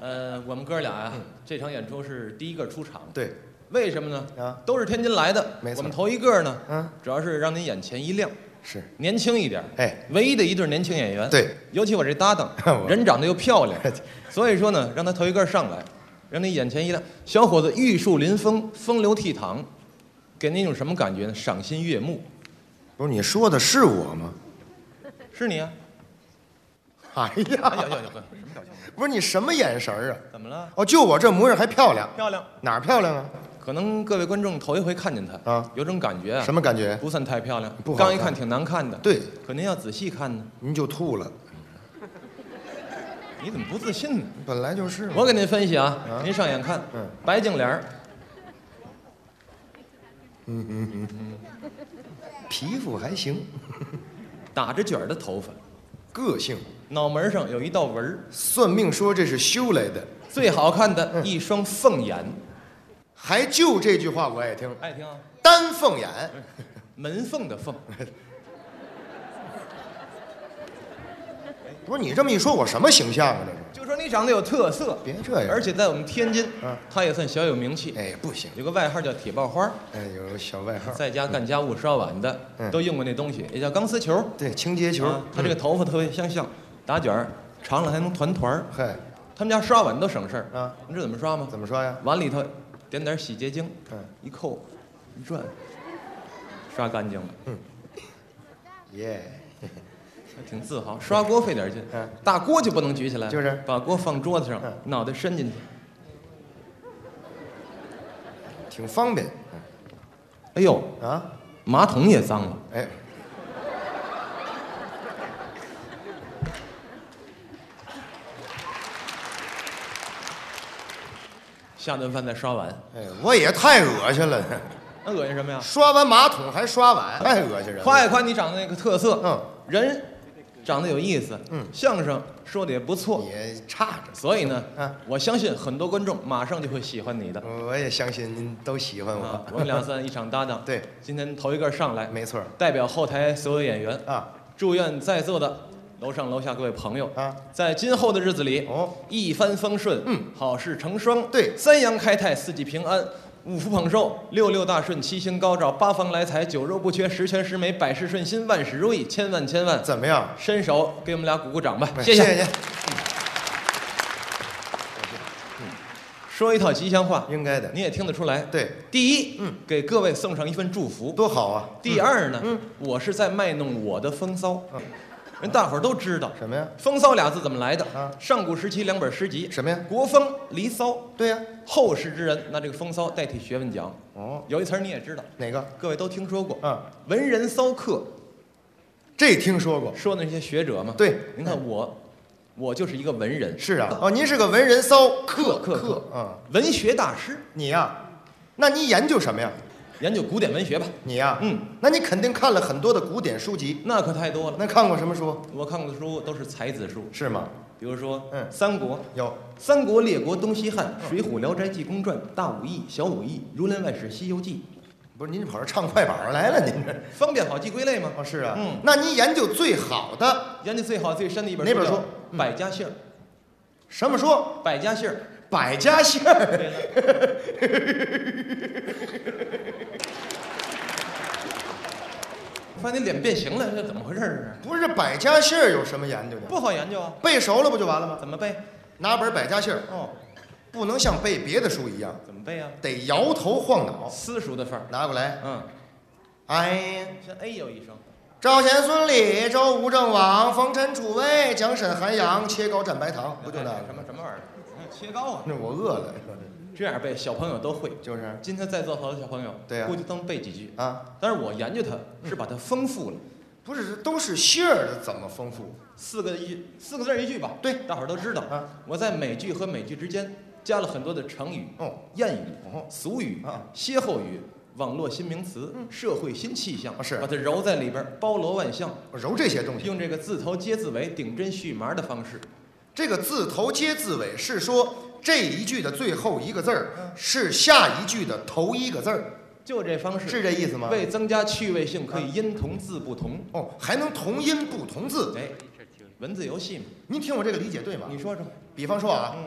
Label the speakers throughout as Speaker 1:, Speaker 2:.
Speaker 1: 呃，我们哥俩
Speaker 2: 嗯
Speaker 1: 啊，这场演出是第一个出场，
Speaker 2: 对，
Speaker 1: 为什么呢？
Speaker 2: 啊，
Speaker 1: 都是天津来的，
Speaker 2: 没错
Speaker 1: 我们头一个呢，
Speaker 2: 嗯，
Speaker 1: 主要是让您眼前一亮，
Speaker 2: 是，
Speaker 1: 年轻一点，
Speaker 2: 哎，
Speaker 1: 唯一的一对年轻演员。，
Speaker 2: 对，
Speaker 1: 尤其我这搭档
Speaker 2: 我，
Speaker 1: 人长得又漂 亮，所以说呢，让他头一个上来，让你眼前一亮。小伙子玉树临风，风流倜傥，给您一种什么感觉呢？赏心悦目。
Speaker 2: 不是你说的是我吗？
Speaker 1: 是你啊？
Speaker 2: 哎
Speaker 1: 哎呀
Speaker 2: 呀，
Speaker 1: 呀呀！不什么表情？
Speaker 2: 不是你什么眼神儿啊？
Speaker 1: 怎么了？
Speaker 2: 哦，就我这模样还漂亮，
Speaker 1: 漂亮。
Speaker 2: 哪儿漂亮啊？
Speaker 1: 可能各位观众头一回看见她
Speaker 2: 啊，
Speaker 1: 有种感觉啊，
Speaker 2: 什么感觉？
Speaker 1: 不算太漂亮
Speaker 2: 哎不，好看
Speaker 1: 刚一看挺难看的。，
Speaker 2: 对，
Speaker 1: 可您要仔细看呢。
Speaker 2: 您就吐了，
Speaker 1: 你怎么不自信呢？
Speaker 2: 本来就是嘛。
Speaker 1: 我给您分析啊
Speaker 2: 嗯啊，
Speaker 1: 您上眼看
Speaker 2: 嗯，
Speaker 1: 白净脸儿，
Speaker 2: 皮肤还行，
Speaker 1: 打着卷儿的头发，
Speaker 2: 个性。
Speaker 1: 脑门上有一道纹儿，
Speaker 2: 算命说这是修来的，
Speaker 1: 最好看
Speaker 2: 嗯
Speaker 1: 的一双凤眼，
Speaker 2: 还就这句话我爱听。
Speaker 1: 爱听啊，
Speaker 2: 丹凤眼，
Speaker 1: 门缝的缝，
Speaker 2: 嗯不是你这么一说，我什么形象啊？这是
Speaker 1: 就说你长得有特色，
Speaker 2: 别这样，
Speaker 1: 而且在我们天津
Speaker 2: 嗯，
Speaker 1: 他也算小有名气，
Speaker 2: 哎不行，
Speaker 1: 有个外号叫铁爆花，
Speaker 2: 哎有小外号，
Speaker 1: 在家干家务烧碗的
Speaker 2: 嗯
Speaker 1: 都用过那东西，也叫钢丝球。
Speaker 2: 对清洁球
Speaker 1: 啊，，他这个头发特别相像，打卷儿，长了还能团团儿。
Speaker 2: 嗯嗨
Speaker 1: 他们家刷碗都省事儿，
Speaker 2: 啊，
Speaker 1: 你知道怎么刷吗？
Speaker 2: 怎么说呀？
Speaker 1: 碗里头点点洗洁精，
Speaker 2: 嗯，
Speaker 1: 一扣，一转，刷干净了，
Speaker 2: 嗯耶，
Speaker 1: 还挺自豪。刷锅费点劲
Speaker 2: 嗯，
Speaker 1: 大锅就不能举起来，
Speaker 2: 就是
Speaker 1: 把锅放桌子上
Speaker 2: 嗯，
Speaker 1: 脑袋伸进去。
Speaker 2: 挺方便
Speaker 1: 哎呦，
Speaker 2: 啊。
Speaker 1: 马桶也脏了，
Speaker 2: 哎，
Speaker 1: 下顿饭再刷碗，
Speaker 2: 哎，我也太恶心了，
Speaker 1: 那恶心什么呀？
Speaker 2: 刷完马桶还刷碗，太恶心人了。
Speaker 1: 夸一夸你长得那个特色，
Speaker 2: 嗯，
Speaker 1: 人长得有意思，嗯，相声说的也不错，
Speaker 2: 也差着。
Speaker 1: 所以呢，
Speaker 2: 嗯
Speaker 1: 我相信很多观众马上就会喜欢你的。
Speaker 2: 我也相信您都喜欢
Speaker 1: 啊
Speaker 2: 我，，
Speaker 1: 我们俩算一场搭档。
Speaker 2: 对，
Speaker 1: 今天头一个上来，
Speaker 2: 没错
Speaker 1: 代表后台所有演员，
Speaker 2: 啊
Speaker 1: 祝愿在座的楼上楼下各位朋友，
Speaker 2: 啊，
Speaker 1: 在今后的日子里，
Speaker 2: 哦，
Speaker 1: 一帆风顺，嗯，好事成双，
Speaker 2: 对
Speaker 1: 三阳开泰，四季平安。五福捧寿，六六大顺，七星高照，八方来财，九肉不缺，十全十美，百事顺心，万事如意，千万千万！
Speaker 2: 怎么样？
Speaker 1: 伸手给我们俩鼓鼓掌吧，
Speaker 2: 哎
Speaker 1: 谢
Speaker 2: 谢谢，
Speaker 1: 说一套吉祥话，
Speaker 2: 应该的
Speaker 1: 你也听得出来。，
Speaker 2: 对，
Speaker 1: 第一，
Speaker 2: 嗯，
Speaker 1: 给各位送上一份祝福。
Speaker 2: 多好啊！
Speaker 1: 第二呢，
Speaker 2: 嗯
Speaker 1: 我是在卖弄我的风骚
Speaker 2: 嗯，
Speaker 1: 人大伙儿都知道。
Speaker 2: 什么呀？
Speaker 1: 风骚俩字怎么来的？
Speaker 2: 啊
Speaker 1: 上古时期两本诗集，
Speaker 2: 什么呀
Speaker 1: 国风离骚，
Speaker 2: 对呀，
Speaker 1: 后世之人拿这个风骚代替学问讲。
Speaker 2: 哦，
Speaker 1: 有一词儿你也知道，
Speaker 2: 哪个？
Speaker 1: 各位都听说过。
Speaker 2: 嗯，
Speaker 1: 文人骚客
Speaker 2: 这听说过。
Speaker 1: 说的那些学者嘛。
Speaker 2: 对嗯
Speaker 1: 您看我，我就是一个文人，
Speaker 2: 是啊，哦，您是个文人骚
Speaker 1: 客客
Speaker 2: 客客，嗯，
Speaker 1: 文学大师，
Speaker 2: 你呀，那你研究什么呀？
Speaker 1: 研究古典文学吧。
Speaker 2: 你呀，
Speaker 1: 嗯，
Speaker 2: 那你肯定看了很多的古典书籍，
Speaker 1: 那可太多了。
Speaker 2: 那看过什么书？
Speaker 1: 我看过的书都是才子书，
Speaker 2: 是吗？
Speaker 1: 比如说《
Speaker 2: 嗯
Speaker 1: 三国》
Speaker 2: 有，
Speaker 1: 三国、列国、东西汉、水浒、聊斋、济公传、大武义、小武义、儒林外史、西游记，
Speaker 2: 不是您跑这唱快板儿来了？您这
Speaker 1: 方便好记归类吗？
Speaker 2: 哦是啊，
Speaker 1: 嗯，
Speaker 2: 那您研究最好的
Speaker 1: 研究最好最深的一本嗯
Speaker 2: 哪本
Speaker 1: 叫
Speaker 2: 书
Speaker 1: 《百家姓儿》
Speaker 2: 什么书？
Speaker 1: 百家 姓儿
Speaker 2: 百家姓儿
Speaker 1: 对了我发现你脸变形了，这怎么回事儿？ 啊
Speaker 2: 不是百家姓儿有什么研究的？
Speaker 1: 不好研究啊，
Speaker 2: 背熟了不就完了吗？
Speaker 1: 怎么背？
Speaker 2: 拿本百家姓儿，
Speaker 1: 哦，
Speaker 2: 不能像背别的书一样，
Speaker 1: 怎么背啊？
Speaker 2: 得摇头晃脑。
Speaker 1: 私塾的范儿，
Speaker 2: 拿过来，
Speaker 1: 嗯，
Speaker 2: 哎，
Speaker 1: 先哎呦一声，
Speaker 2: 赵钱孙李周吴郑王冯陈楚卫蒋沈韩杨切糕蘸白糖，不就那
Speaker 1: 哎什
Speaker 2: 个？
Speaker 1: 么什么玩意儿？嗯切糕啊！
Speaker 2: 那我饿了，
Speaker 1: 这样背，小朋友都会。
Speaker 2: 就是
Speaker 1: 今天在座好多小朋友，
Speaker 2: 对啊
Speaker 1: 估计都能背几句。
Speaker 2: 啊，
Speaker 1: 但是我研究它是把它丰富了，
Speaker 2: 不是都是姓儿的怎么丰富？
Speaker 1: 四个一四个字儿一句吧，
Speaker 2: 对
Speaker 1: 大伙儿都知道。
Speaker 2: 啊
Speaker 1: 我在每句和每句之间加了很多的成语、
Speaker 2: 哦，
Speaker 1: 谚语、
Speaker 2: 哦
Speaker 1: 俗语
Speaker 2: 啊、
Speaker 1: 歇后语、网络新名词、社会新气象，
Speaker 2: 啊嗯是嗯
Speaker 1: 把它揉在里边儿，包罗万象，
Speaker 2: 我揉这些东西，
Speaker 1: 用这个字头接字尾、顶针续麻的方式。
Speaker 2: 这个字头接字尾是说这一句的最后一个字儿是下一句的头一个字儿，
Speaker 1: 就这方式
Speaker 2: 是这意思吗？
Speaker 1: 为增加趣味性，可以
Speaker 2: 啊
Speaker 1: 音同字不同。
Speaker 2: 哦，还能同音不同字。
Speaker 1: 哎，文字游戏嘛，
Speaker 2: 您听我这个理解对吗？
Speaker 1: 你说说。
Speaker 2: 比方说啊，
Speaker 1: 嗯，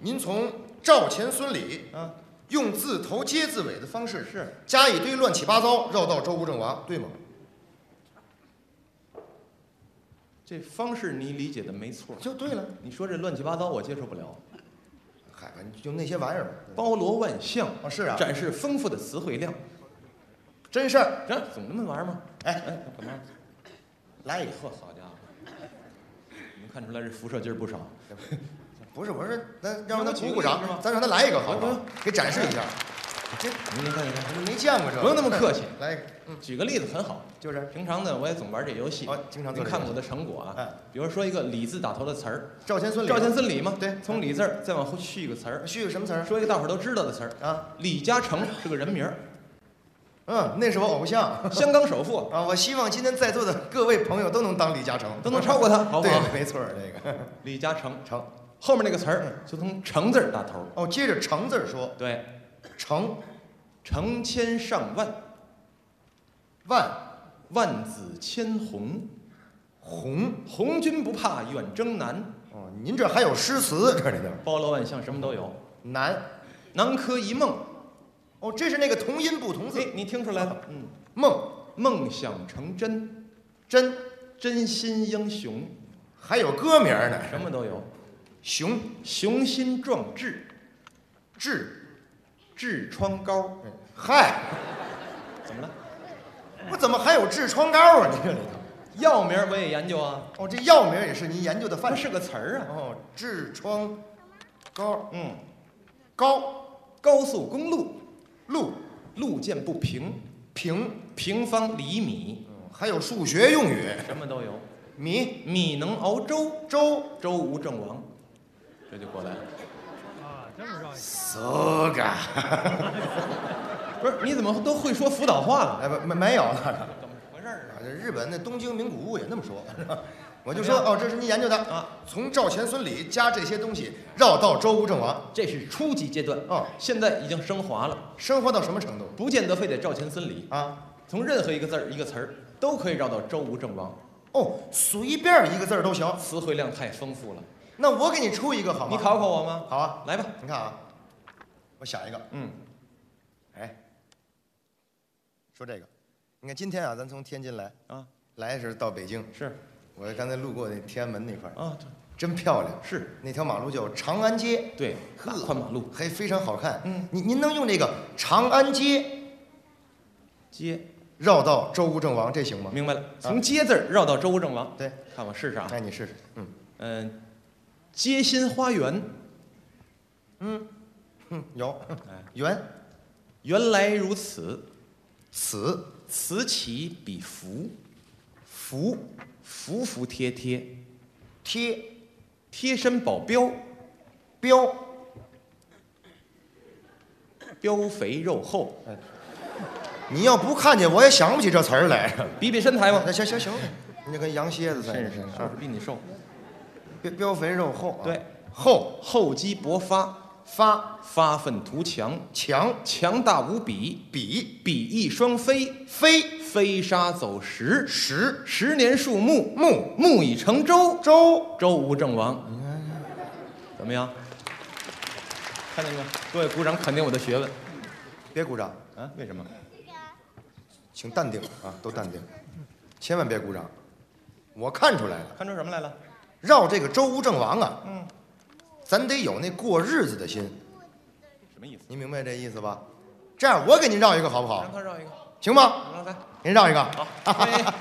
Speaker 2: 您从赵钱孙李
Speaker 1: 啊，
Speaker 2: 用字头接字尾的方式
Speaker 1: 是
Speaker 2: 加一堆乱七八糟，绕到周吴郑王，对吗？
Speaker 1: 这方式你理解的没错。
Speaker 2: 就对了，
Speaker 1: 你说这乱七八糟我接受不了，
Speaker 2: 嗨，反正就那些玩意儿嘛。
Speaker 1: 包罗万象，
Speaker 2: 哦，是啊，
Speaker 1: 展示丰富的词汇量。
Speaker 2: 真事儿。
Speaker 1: 这怎么那么玩儿吗？
Speaker 2: 哎
Speaker 1: 哎，干嘛？来一个，好家伙！能看出来这辐射劲儿不少。
Speaker 2: 不是，我说，咱
Speaker 1: 嗯让
Speaker 2: 让他
Speaker 1: 他举
Speaker 2: 鼓
Speaker 1: 个例
Speaker 2: 鼓
Speaker 1: 子吗
Speaker 2: 掌，咱让他来一个，好不
Speaker 1: 来
Speaker 2: 好
Speaker 1: 吧？
Speaker 2: 给展示一下，
Speaker 1: 您您看，您看，
Speaker 2: 没见过这，
Speaker 1: 不用那么客气
Speaker 2: 来一个，嗯，
Speaker 1: 举个例子很好。
Speaker 2: 就是，
Speaker 1: 平常呢，我也总玩这游戏
Speaker 2: 哦，经常
Speaker 1: 您
Speaker 2: 做这
Speaker 1: 看
Speaker 2: 游
Speaker 1: 我
Speaker 2: 戏
Speaker 1: 的成果啊。
Speaker 2: 哎
Speaker 1: 比如说一个“李”字打头的词儿，
Speaker 2: 赵钱孙李，
Speaker 1: 赵钱孙李嘛，
Speaker 2: 对
Speaker 1: 从李字儿再往后续一个词儿，
Speaker 2: 续什么词儿？
Speaker 1: 说一个大伙儿都知道的词儿。
Speaker 2: 啊，
Speaker 1: 李嘉诚是个人名儿，
Speaker 2: 嗯，那是我偶像
Speaker 1: 香港首富，
Speaker 2: 啊！我希望今天在座的各位朋友都能当李嘉诚，
Speaker 1: 都能超过他，好不好？
Speaker 2: 对，没错儿，这个
Speaker 1: 李嘉诚
Speaker 2: 成
Speaker 1: 后面那个词儿就从“成”字儿打头。
Speaker 2: 哦，接着成字儿说，
Speaker 1: 对，
Speaker 2: 成
Speaker 1: 成千上万，
Speaker 2: 万
Speaker 1: 万紫千红。
Speaker 2: 红
Speaker 1: 红军不怕远征难，
Speaker 2: 哦，您这还有诗词，这里头
Speaker 1: 包罗万象，什么都有。
Speaker 2: 难
Speaker 1: 南柯一梦，
Speaker 2: 哦，这是那个同音不同
Speaker 1: 哎
Speaker 2: 字，，
Speaker 1: 你听出来了？嗯，
Speaker 2: 梦
Speaker 1: 梦想成真，
Speaker 2: 真
Speaker 1: 真心英雄，
Speaker 2: 还有歌名儿呢，
Speaker 1: 什么都有。
Speaker 2: 雄
Speaker 1: 雄心壮志，
Speaker 2: 志
Speaker 1: 痔疮膏，
Speaker 2: 嗯嗨，
Speaker 1: 怎么了？
Speaker 2: 我怎么还有痔疮膏啊？您这里
Speaker 1: 药名我也研究啊，
Speaker 2: 头哦，这药名儿也是您研究的
Speaker 1: 它
Speaker 2: 范式
Speaker 1: 是个词儿啊。
Speaker 2: 哦，痔疮膏
Speaker 1: 嗯，
Speaker 2: 膏
Speaker 1: 高速公路
Speaker 2: 路
Speaker 1: 路见不平，
Speaker 2: 平，
Speaker 1: 平方厘米，
Speaker 2: 嗯还有数学用语
Speaker 1: 什么都有。
Speaker 2: 米
Speaker 1: 米能熬粥，
Speaker 2: 粥。
Speaker 1: 周吴郑王，这就过来了。
Speaker 3: 啊，这么绕一圈，
Speaker 2: 搜嘎，
Speaker 1: 不是，你怎么都会说辅导话了？
Speaker 2: 哎不没没有了，
Speaker 1: 怎么回事儿啊？
Speaker 2: 这日本那东京名古屋也那么说，我就说哦，这是您研究的
Speaker 1: 啊，
Speaker 2: 从赵钱孙李加这些东西绕到周吴郑王，
Speaker 1: 这是初级阶段
Speaker 2: 哦
Speaker 1: 现在已经升华了，
Speaker 2: 生活到什么程度
Speaker 1: 不见得非得赵钱孙李，
Speaker 2: 啊？
Speaker 1: 从任何一个字儿、一个词儿都可以绕到周吴郑王，
Speaker 2: 哦，随便一个字儿都行。
Speaker 1: 词汇量太丰富了。
Speaker 2: 那我给你出一个好
Speaker 1: 你
Speaker 2: 吗？
Speaker 1: 考考我吗？
Speaker 2: 好啊，
Speaker 1: 来吧，
Speaker 2: 你看啊，我想一个，
Speaker 1: 嗯，
Speaker 2: 哎，说这个，你看今天啊，咱从天津来
Speaker 1: 啊，
Speaker 2: 来是到北京，
Speaker 1: 是
Speaker 2: 我刚才路过那天安门那块儿，
Speaker 1: 啊，
Speaker 2: 真漂亮，
Speaker 1: 是，
Speaker 2: 那条马路叫长安街。
Speaker 1: 对，大宽马路
Speaker 2: 还非常好看。
Speaker 1: 嗯，
Speaker 2: 您您能用这个长安街
Speaker 1: 街，啊
Speaker 2: 绕到周吴郑王，这行吗？
Speaker 1: 明白了，从街字儿绕到周吴郑王，
Speaker 2: 对，
Speaker 1: 看我试试啊，
Speaker 2: 哎，你试试。嗯
Speaker 1: 嗯，街心花园，
Speaker 2: 嗯，有
Speaker 1: 哎。
Speaker 2: 元
Speaker 1: 原来如此，
Speaker 2: 此
Speaker 1: 此起彼伏，服，服服帖帖，
Speaker 2: 贴
Speaker 1: 贴身保镖，
Speaker 2: 标，
Speaker 1: 膘肥肉厚，
Speaker 2: 你要不看见我也想不起这词儿来。
Speaker 1: 比比身材嘛
Speaker 2: 那，行行行，你这跟羊蝎子似
Speaker 1: 是
Speaker 2: 的
Speaker 1: 是是，
Speaker 2: 啊
Speaker 1: 是比你瘦。
Speaker 2: 标膘肥肉厚啊。
Speaker 1: 对，
Speaker 2: 厚
Speaker 1: 厚积薄发，
Speaker 2: 发
Speaker 1: 发愤图强，
Speaker 2: 强
Speaker 1: 强大无比，
Speaker 2: 比
Speaker 1: 比翼双飞，
Speaker 2: 飞
Speaker 1: 飞沙走石，
Speaker 2: 石
Speaker 1: 十年树木，
Speaker 2: 木
Speaker 1: 木已成舟，
Speaker 2: 周。
Speaker 1: 周吴郑王。怎么样？看见没有？各位鼓掌肯定我的学问
Speaker 2: 别鼓掌，
Speaker 1: 啊？为什么？
Speaker 2: 请淡定啊，都淡定，千万别鼓掌。我看出来了。
Speaker 1: 看出什么来了？
Speaker 2: 绕这个周吴郑王啊，
Speaker 1: 嗯，
Speaker 2: 咱得有那过日子的心，
Speaker 1: 什么意思？
Speaker 2: 您明白这意思吧？这样我给您绕一个好不好
Speaker 1: 让？他绕一个，
Speaker 2: 行吗？
Speaker 1: 让他来。
Speaker 2: 您绕一个，
Speaker 1: 好，哎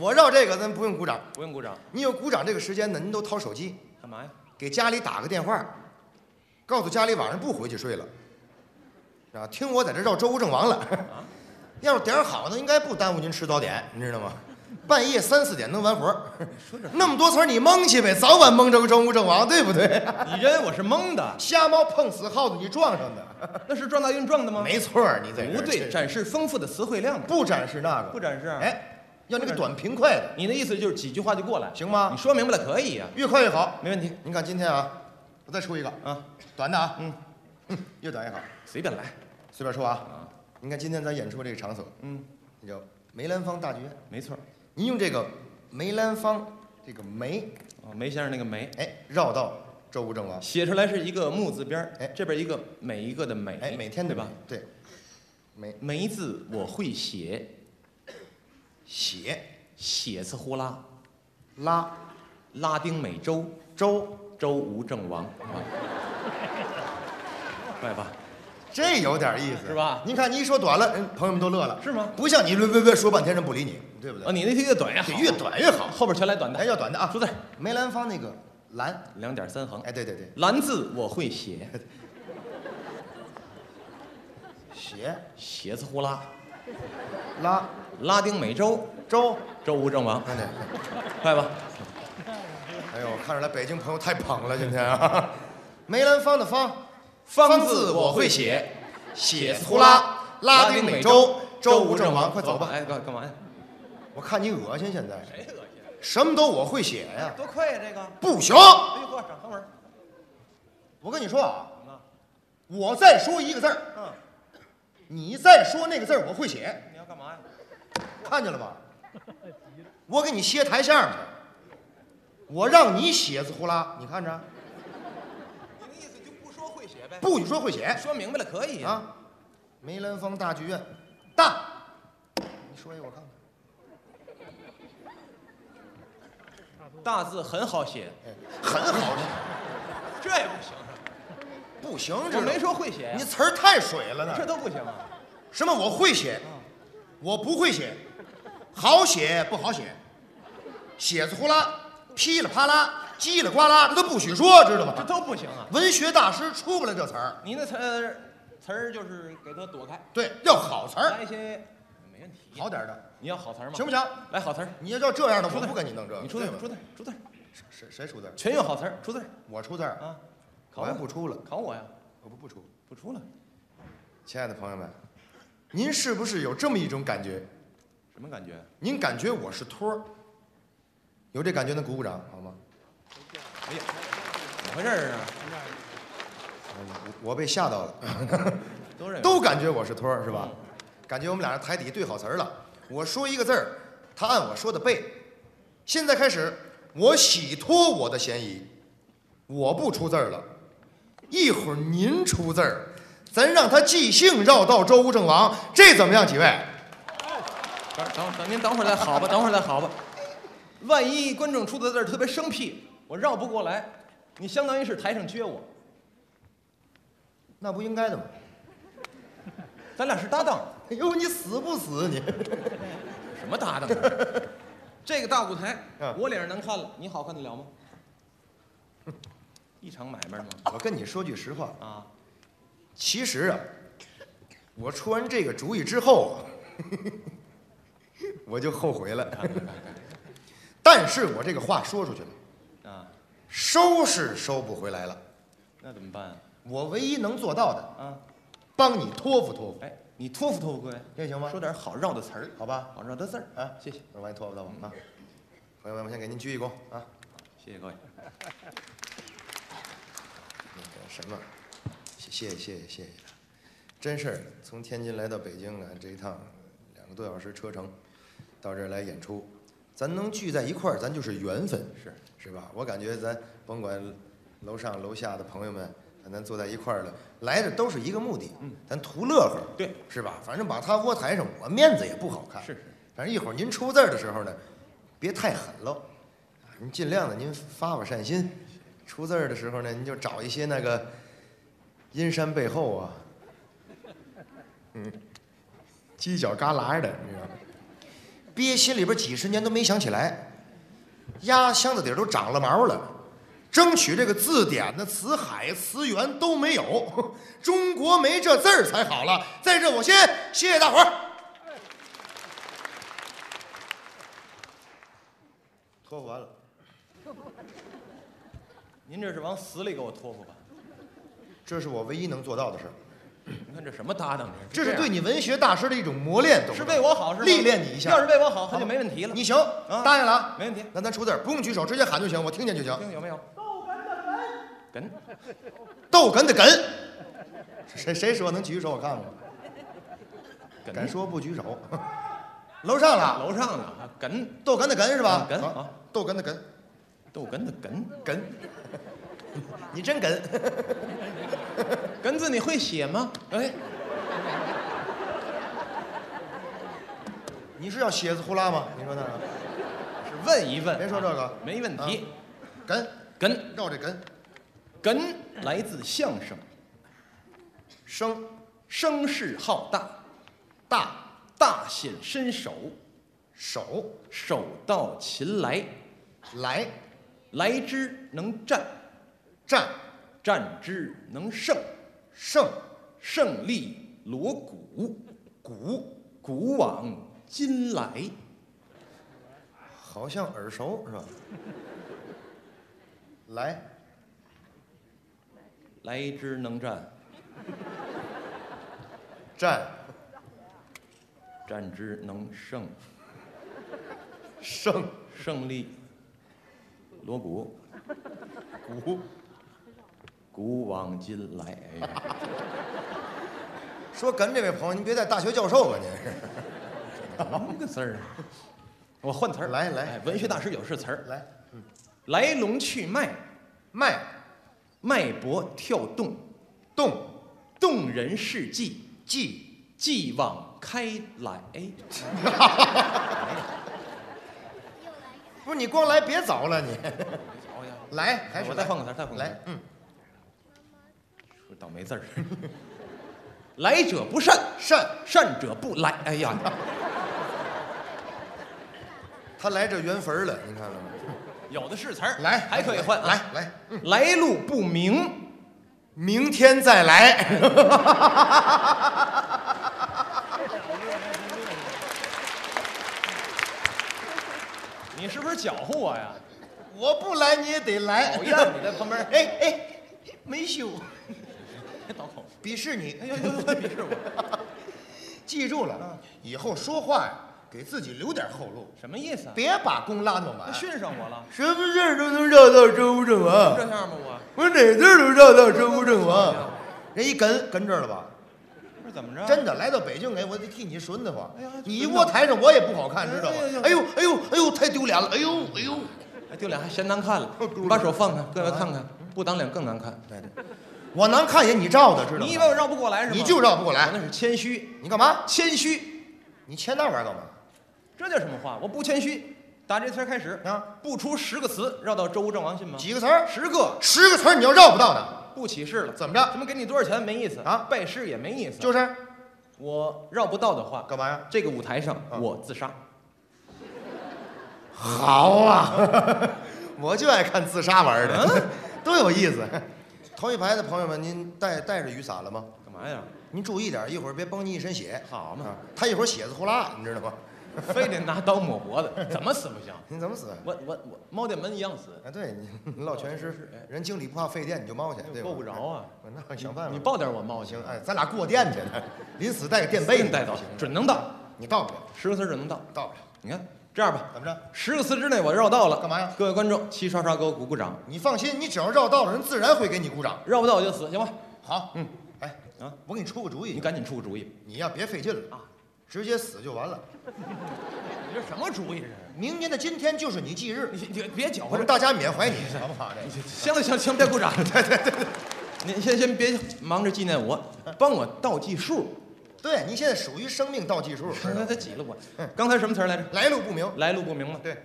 Speaker 2: 我绕这个咱不用鼓掌，
Speaker 1: 不用鼓掌，
Speaker 2: 您有鼓掌这个时间呢，您都掏手机
Speaker 1: 干嘛呀？
Speaker 2: 给家里打个电话，告诉家里晚上不回去睡了，啊，听我在这绕周吴郑王了。
Speaker 1: 啊
Speaker 2: 要是点儿好呢，应该不耽误您吃早点，你知道吗？半夜三四点能完活儿，
Speaker 1: 说这
Speaker 2: 那么多词儿你蒙去呗，早晚蒙着个周吴郑王，对不对？
Speaker 1: 你认为我是蒙的？
Speaker 2: 瞎猫碰死耗子，你撞上的。
Speaker 1: 那是撞大运撞的吗？
Speaker 2: 没错儿，你在这
Speaker 1: 不
Speaker 2: 儿
Speaker 1: 对，展示丰富的词汇量。
Speaker 2: 不展示那个，
Speaker 1: 不展示啊
Speaker 2: 哎，要那个短平快的，
Speaker 1: 你的意思就是几句话就过来，
Speaker 2: 行吗
Speaker 1: 你说明白了可以啊呀、
Speaker 2: 越快越好。
Speaker 1: 没问题
Speaker 2: 您看今天啊，我再出一个
Speaker 1: 啊，
Speaker 2: 短的啊，
Speaker 1: 嗯
Speaker 2: 嗯， 越短越好，
Speaker 1: 随便来。
Speaker 2: 随便说啊。您看今天咱演出这个场所，
Speaker 1: 嗯，
Speaker 2: 那叫梅兰芳大剧院。
Speaker 1: 没错儿。
Speaker 2: 您用这个梅兰芳这个梅，
Speaker 1: 哦，梅先生那个梅，
Speaker 2: 哎，绕到周吴郑王。
Speaker 1: 写出来是一个木字边儿
Speaker 2: 哎，
Speaker 1: 这边一个每一个的每，
Speaker 2: 哎，每天
Speaker 1: 对
Speaker 2: 的
Speaker 1: 吧？
Speaker 2: 每？对，每
Speaker 1: 梅字我会写，
Speaker 2: 写
Speaker 1: 写字呼啦，
Speaker 2: 拉
Speaker 1: 拉丁美洲，
Speaker 2: 周，
Speaker 1: 周吴郑王， 啊快吧，
Speaker 2: 这有点意思，
Speaker 1: 是吧
Speaker 2: 您看，你一说短了，嗯，朋友们都乐了，
Speaker 1: 是吗
Speaker 2: 不像你略略略说半天，人不理你，对不
Speaker 1: 啊，
Speaker 2: 对？
Speaker 1: 你那题越短越好
Speaker 2: 得，越短越好。
Speaker 1: 后边全来短的，
Speaker 2: 哎，要短的啊，
Speaker 1: 出字
Speaker 2: 梅兰芳那个兰，
Speaker 1: 两点三横，
Speaker 2: 哎，对对对，
Speaker 1: 兰字我会写，
Speaker 2: 写
Speaker 1: 写字呼啦，
Speaker 2: 拉
Speaker 1: 拉丁美洲，
Speaker 2: 周，
Speaker 1: 周吴郑王，
Speaker 2: 哎对，
Speaker 1: 快吧，
Speaker 2: 哎呦，看出来北京朋友太捧了，今天啊， 梅兰芳的芳，
Speaker 1: 方
Speaker 2: 字
Speaker 1: 字
Speaker 2: 我
Speaker 1: 我
Speaker 2: 会
Speaker 1: 会写，写
Speaker 2: 写苏拉，拉丁美洲，周吴郑王，快走吧，哎
Speaker 1: 哎，干干嘛呀？
Speaker 2: 我看你恶心现在，
Speaker 1: 谁恶心？
Speaker 2: 什么都我会写啊呀，
Speaker 1: 多快呀这个！
Speaker 2: 不行，
Speaker 1: 哎呦呵，长横纹。
Speaker 2: 我跟你说啊
Speaker 1: 怎么了，
Speaker 2: 我再说一个字儿，
Speaker 1: 嗯，
Speaker 2: 你再说那个字儿，我会写。
Speaker 1: 你要干嘛呀？
Speaker 2: 看见了吧？我给你歇台下去，我让你写字呼啦，你看着，啊
Speaker 1: 你的意思就不说会写呗？
Speaker 2: 不许说会写
Speaker 1: 说明白了可以。
Speaker 2: 啊！梅兰芳大剧院，大，你说一个我看看。
Speaker 1: 大字很好写，
Speaker 2: 哎，很好的，
Speaker 1: 这也不行啊。
Speaker 2: 不行，这
Speaker 1: 我没说会写呀，
Speaker 2: 你词儿太水了
Speaker 1: 这
Speaker 2: 呢。
Speaker 1: 都不行啊。
Speaker 2: 什么我会写，我不会写，好写不好写，写字呼啦，噼里啪啦，叽里呱啦，这都不许说，知道
Speaker 1: 这
Speaker 2: 吗？
Speaker 1: 都不行啊！
Speaker 2: 文学大师出不来这词儿，
Speaker 1: 你那词儿词儿就是给它躲开，
Speaker 2: 对，要好词儿，
Speaker 1: 来一些没问题。
Speaker 2: 好，点儿的。
Speaker 1: 你要好词儿吗？
Speaker 2: 行不行？
Speaker 1: 来好词儿，
Speaker 2: 你要照这样的，
Speaker 1: 出
Speaker 2: 我
Speaker 1: 字儿
Speaker 2: 不跟你弄这个。
Speaker 1: 你出字
Speaker 2: 对
Speaker 1: 儿
Speaker 2: 吧
Speaker 1: 出字儿出字儿，
Speaker 2: 谁谁出字儿？
Speaker 1: 全用好词儿，出字儿
Speaker 2: 我出字儿，
Speaker 1: 啊！考
Speaker 2: 我还
Speaker 1: 我
Speaker 2: 不出了，
Speaker 1: 考我呀？
Speaker 2: 我不不出。
Speaker 1: 不出了，
Speaker 2: 亲爱的朋友们，您是不是有这么一种感觉？
Speaker 1: 什么感觉？
Speaker 2: 您感觉我是托儿，有这感觉的鼓鼓掌好吗？
Speaker 1: 怎么回事儿啊？
Speaker 2: 我我被吓到了，
Speaker 1: 都认为
Speaker 2: 都感觉我是托儿是吧？感觉我们俩人台底对好词儿了。我说一个字儿，他按我说的背。现在开始，我洗脱我的嫌疑，我不出字儿了。一会儿您出字儿，咱让他即兴绕道周吴郑王，这怎么样？几位？
Speaker 1: 等等等，您等会儿再好吧，等会儿再好 吧。万一观众出的字儿特别生僻，我绕不过来，你相当于是台上撅我。
Speaker 2: 那不应该的吗？
Speaker 1: 咱俩是搭档，
Speaker 2: 哎呦，你死不死你？
Speaker 1: 什么搭档啊？ 这个大舞台
Speaker 2: 嗯，
Speaker 1: 我脸上能看了，你好看得了吗？一场买卖吗？
Speaker 2: 我跟你说句实话，
Speaker 1: 啊，
Speaker 2: 其实啊，我出完这个主意之后啊， 我就后悔了。 但是我这个话说出去了，
Speaker 1: 啊，
Speaker 2: 收是收不回来了。
Speaker 1: 那怎么办啊？
Speaker 2: 我唯一能做到的，
Speaker 1: 啊，
Speaker 2: 帮你托付托付，
Speaker 1: 哎，你托付托付各位，
Speaker 2: 这行吗？
Speaker 1: 说点好绕的词儿，
Speaker 2: 好吧，
Speaker 1: 好绕的字儿
Speaker 2: 啊
Speaker 1: 谢谢，
Speaker 2: 那我给你托付托付啊。朋友们，我先给您鞠一躬啊。
Speaker 1: 谢谢各位。
Speaker 2: 那个什么，谢谢谢谢谢谢，真事儿，从天津来到北京啊，这一趟两个多小时车程，到这儿来演出，咱能聚在一块儿，咱就是缘分，
Speaker 1: 是
Speaker 2: 是吧？我感觉咱甭管楼上楼下的朋友们，反正坐在一块儿了，来的都是一个目的，
Speaker 1: 嗯，
Speaker 2: 咱图乐呵，
Speaker 1: 对，
Speaker 2: 是吧？反正把他窝台上，我面子也不好看，
Speaker 1: 是是，
Speaker 2: 反正一会儿您出字儿的时候呢，别太狠喽，啊您尽量的您发发善心。出字儿的时候呢，您就找一些那个阴山背后啊，嗯，犄角旮旯的，你知道吗？憋心里边几十年都没想起来，压箱子底儿都长了毛了。争取这个字典的词海、词源都没有， 中国没这字儿才好了。在这，我先谢谢大伙儿。托付完了，
Speaker 1: 您这是往死里给我托付吧？
Speaker 2: 这是我唯一能做到的事儿。
Speaker 1: 你看这什么搭档啊这
Speaker 2: 这
Speaker 1: 是
Speaker 2: 是
Speaker 1: 样
Speaker 2: 对你文学大师的一种磨练，懂
Speaker 1: 是
Speaker 2: 吗？
Speaker 1: 为我好是吧？
Speaker 2: 历练你一下。
Speaker 1: 要是为我好，
Speaker 2: 好
Speaker 1: 他就没问题了。
Speaker 2: 你行，
Speaker 1: 啊
Speaker 2: 答应了啊。
Speaker 1: 没问题，
Speaker 2: 那咱出字儿不用举手，直接喊就行，我听见就行。
Speaker 1: 听有没有？跟
Speaker 2: 逗哏的哏， 谁谁说能举手？我看看，
Speaker 1: 跟
Speaker 2: 敢说不举手。 楼上了，
Speaker 1: 楼上呢？啊跟
Speaker 2: 逗哏的哏是吧
Speaker 1: 啊？哏
Speaker 2: 好
Speaker 1: 啊
Speaker 2: 逗哏的哏，
Speaker 1: 逗哏的跟
Speaker 2: 哏，你真跟，
Speaker 1: 根字你会写吗？哎，
Speaker 2: 你是要蝎子呼啦吗？你说那个，
Speaker 1: 是问一问。啊
Speaker 2: 别说这个啊
Speaker 1: 没问题。
Speaker 2: 跟
Speaker 1: 根
Speaker 2: 绕着跟
Speaker 1: 根来自相声，
Speaker 2: 声
Speaker 1: 声势浩大，大大显身手，
Speaker 2: 手
Speaker 1: 手到擒来，
Speaker 2: 来
Speaker 1: 来之能战，
Speaker 2: 战
Speaker 1: 战之能胜，
Speaker 2: 胜
Speaker 1: 胜利锣鼓，
Speaker 2: 鼓，
Speaker 1: 古往今来。
Speaker 2: 好像耳熟是吧？ 来
Speaker 1: 来之能战，
Speaker 2: 战
Speaker 1: 战之能胜，
Speaker 2: 胜
Speaker 1: 胜利锣鼓，
Speaker 2: 鼓，
Speaker 1: 古往今来。哎
Speaker 2: 说跟这位朋友，您别带大学教授吧您是？
Speaker 1: 什么个词儿啊？我换词儿，
Speaker 2: 来来
Speaker 1: 哎文学大师有是词儿，
Speaker 2: 来
Speaker 1: 来龙去脉，
Speaker 2: 脉
Speaker 1: 脉搏跳动，
Speaker 2: 动
Speaker 1: 动人事迹，
Speaker 2: 记，
Speaker 1: 继往开来。哎
Speaker 2: 不是你光来别凿了你，
Speaker 1: 好家伙，
Speaker 2: 来还是
Speaker 1: 我再
Speaker 2: 来
Speaker 1: 换个词儿，再换个词
Speaker 2: 来
Speaker 1: 儿，
Speaker 2: 嗯，
Speaker 1: 说倒霉字儿。 来者不善，
Speaker 2: 善
Speaker 1: 善者不来。哎呀，
Speaker 2: 他来这圆坟儿了，您看到吗？
Speaker 1: 有的是词儿，
Speaker 2: 来
Speaker 1: 还可以换啊。
Speaker 2: 来来，嗯
Speaker 1: 来路不明，
Speaker 2: 明天 再来，
Speaker 1: 你是不是搅和我呀？
Speaker 2: 我不来你也得来
Speaker 1: 讨。厌，你在旁边
Speaker 2: 哎哎，没羞，
Speaker 1: 别倒口。
Speaker 2: 鄙视你，
Speaker 1: 哎呦呦呦，鄙视我，
Speaker 2: 记住
Speaker 1: 啊
Speaker 2: 了，以后说话呀，给自己留点后路，
Speaker 1: 什么意思啊？
Speaker 2: 别把弓拉那么满。
Speaker 1: 训上我了，
Speaker 2: 什么事儿都能绕到周正
Speaker 1: 这
Speaker 2: 王，
Speaker 1: 样吗？我
Speaker 2: 我哪字儿都绕到周正王。人一跟跟这儿了吧？
Speaker 1: 不是怎么着？
Speaker 2: 真的来到北京，哎，我得替你顺的慌
Speaker 1: 啊哎呀。
Speaker 2: 你一窝台上我也不好看，
Speaker 1: 哎
Speaker 2: 知道吗
Speaker 1: 哎呀？
Speaker 2: 哎呦哎呦哎呦，太丢脸了！哎呦哎呦，
Speaker 1: 哎，丢脸还嫌难看了
Speaker 2: 哦丢。脸
Speaker 1: 你把手放开，各位看看，不挡脸更难看。
Speaker 2: 我难看也你照的，知道
Speaker 1: 你以为我
Speaker 2: 吗？
Speaker 1: 绕不过来是吗？
Speaker 2: 你就绕不
Speaker 1: 我
Speaker 2: 过来，
Speaker 1: 那是谦虚，
Speaker 2: 你干嘛？
Speaker 1: 谦虚，
Speaker 2: 你签那玩意儿干嘛？
Speaker 1: 这叫什么话？我不谦虚。打这词儿开始
Speaker 2: 啊，
Speaker 1: 不出十个词，绕到周吴郑王信吗？
Speaker 2: 几个词儿，
Speaker 1: 十个
Speaker 2: 十个词儿你要绕不到呢，
Speaker 1: 不起事了。
Speaker 2: 怎么着？
Speaker 1: 什么给你多少钱没意思
Speaker 2: 啊
Speaker 1: 拜师也没意思。
Speaker 2: 就是
Speaker 1: 我绕不到的话，
Speaker 2: 干嘛呀？
Speaker 1: 这个舞台上
Speaker 2: 啊
Speaker 1: 我自杀。
Speaker 2: 好啊， 我就爱看自杀玩儿
Speaker 1: 嗯
Speaker 2: 的， 多有意思。头一排的朋友们，您带带着雨伞了吗？
Speaker 1: 干嘛呀？
Speaker 2: 您注意点儿，一会儿别崩你一身血。
Speaker 1: 好嘛
Speaker 2: 啊，他一会儿血子呼啦，你知道吗？
Speaker 1: 非得拿刀抹脖子，怎么死不行？
Speaker 2: 您怎么死？
Speaker 1: 我我我猫电门一样死，
Speaker 2: 啊，对你 落全尸
Speaker 1: 哎，
Speaker 2: 人经理不怕费电，你就猫去，对吧？
Speaker 1: 够不着啊！
Speaker 2: 哎， 那想办法。
Speaker 1: 你抱点我猫
Speaker 2: 行
Speaker 1: 行，，
Speaker 2: 哎，咱俩过电去， 临死带个电杯，
Speaker 1: 带到，准能到，
Speaker 2: 你到不了，
Speaker 1: 十个词儿准能到。
Speaker 2: 到不了，
Speaker 1: 你看这样吧，
Speaker 2: 怎么着？
Speaker 1: 十个词之内我绕到了，
Speaker 2: 干嘛呀？
Speaker 1: 各位观众齐刷刷给我鼓鼓掌，
Speaker 2: 你放心，你只要绕道了，人自然会给你鼓掌。
Speaker 1: 绕不到我就死，行吧？
Speaker 2: 好，嗯，哎，
Speaker 1: 啊，
Speaker 2: 我给你出个主意，
Speaker 1: 你赶紧出个主意。
Speaker 2: 你呀，别费劲了
Speaker 1: 啊，
Speaker 2: 直接死就完了。
Speaker 1: 你这什么主意这
Speaker 2: 明年的今天就是你忌日，
Speaker 1: 是？你你别搅
Speaker 2: 我
Speaker 1: 和
Speaker 2: 们
Speaker 1: 这。
Speaker 2: 大家 缅怀你，好不好？这
Speaker 1: 行了行了行了，别 鼓掌。对对对，您先先别忙着纪念我，帮我倒计数。
Speaker 2: 对您现在属于生命 倒计数，知
Speaker 1: 刚
Speaker 2: 道
Speaker 1: 才
Speaker 2: 吗
Speaker 1: 他挤了我，刚才什么词儿来着？
Speaker 2: 来路不明。
Speaker 1: 来路不明嘛。
Speaker 2: 对，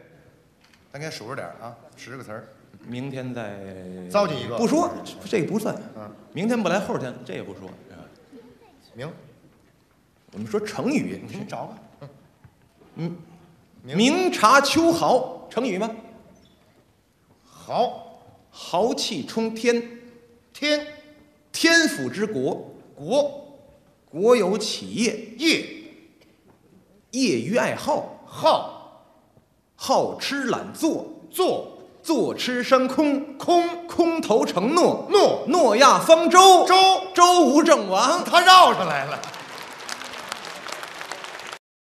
Speaker 2: 咱该数着点儿啊，十个词儿。
Speaker 1: 明天再
Speaker 2: 糟践一个
Speaker 1: 不说这个不算。
Speaker 2: 嗯
Speaker 1: 明天不来，后天这也不说。是吧
Speaker 2: 明，
Speaker 1: 我们说成语，
Speaker 2: 你找吧。明
Speaker 1: 明察秋毫，成语吗？
Speaker 2: 好，
Speaker 1: 豪气冲天，
Speaker 2: 天
Speaker 1: 天府之国，
Speaker 2: 国
Speaker 1: 国有企业，
Speaker 2: 义
Speaker 1: 业余爱好，
Speaker 2: 好
Speaker 1: 好吃懒做，
Speaker 2: 坐
Speaker 1: 坐吃山空，
Speaker 2: 空
Speaker 1: 空头承诺，
Speaker 2: 怒
Speaker 1: 诺亚方舟，
Speaker 2: 周，
Speaker 1: 周吴郑王。
Speaker 2: 他绕上来了。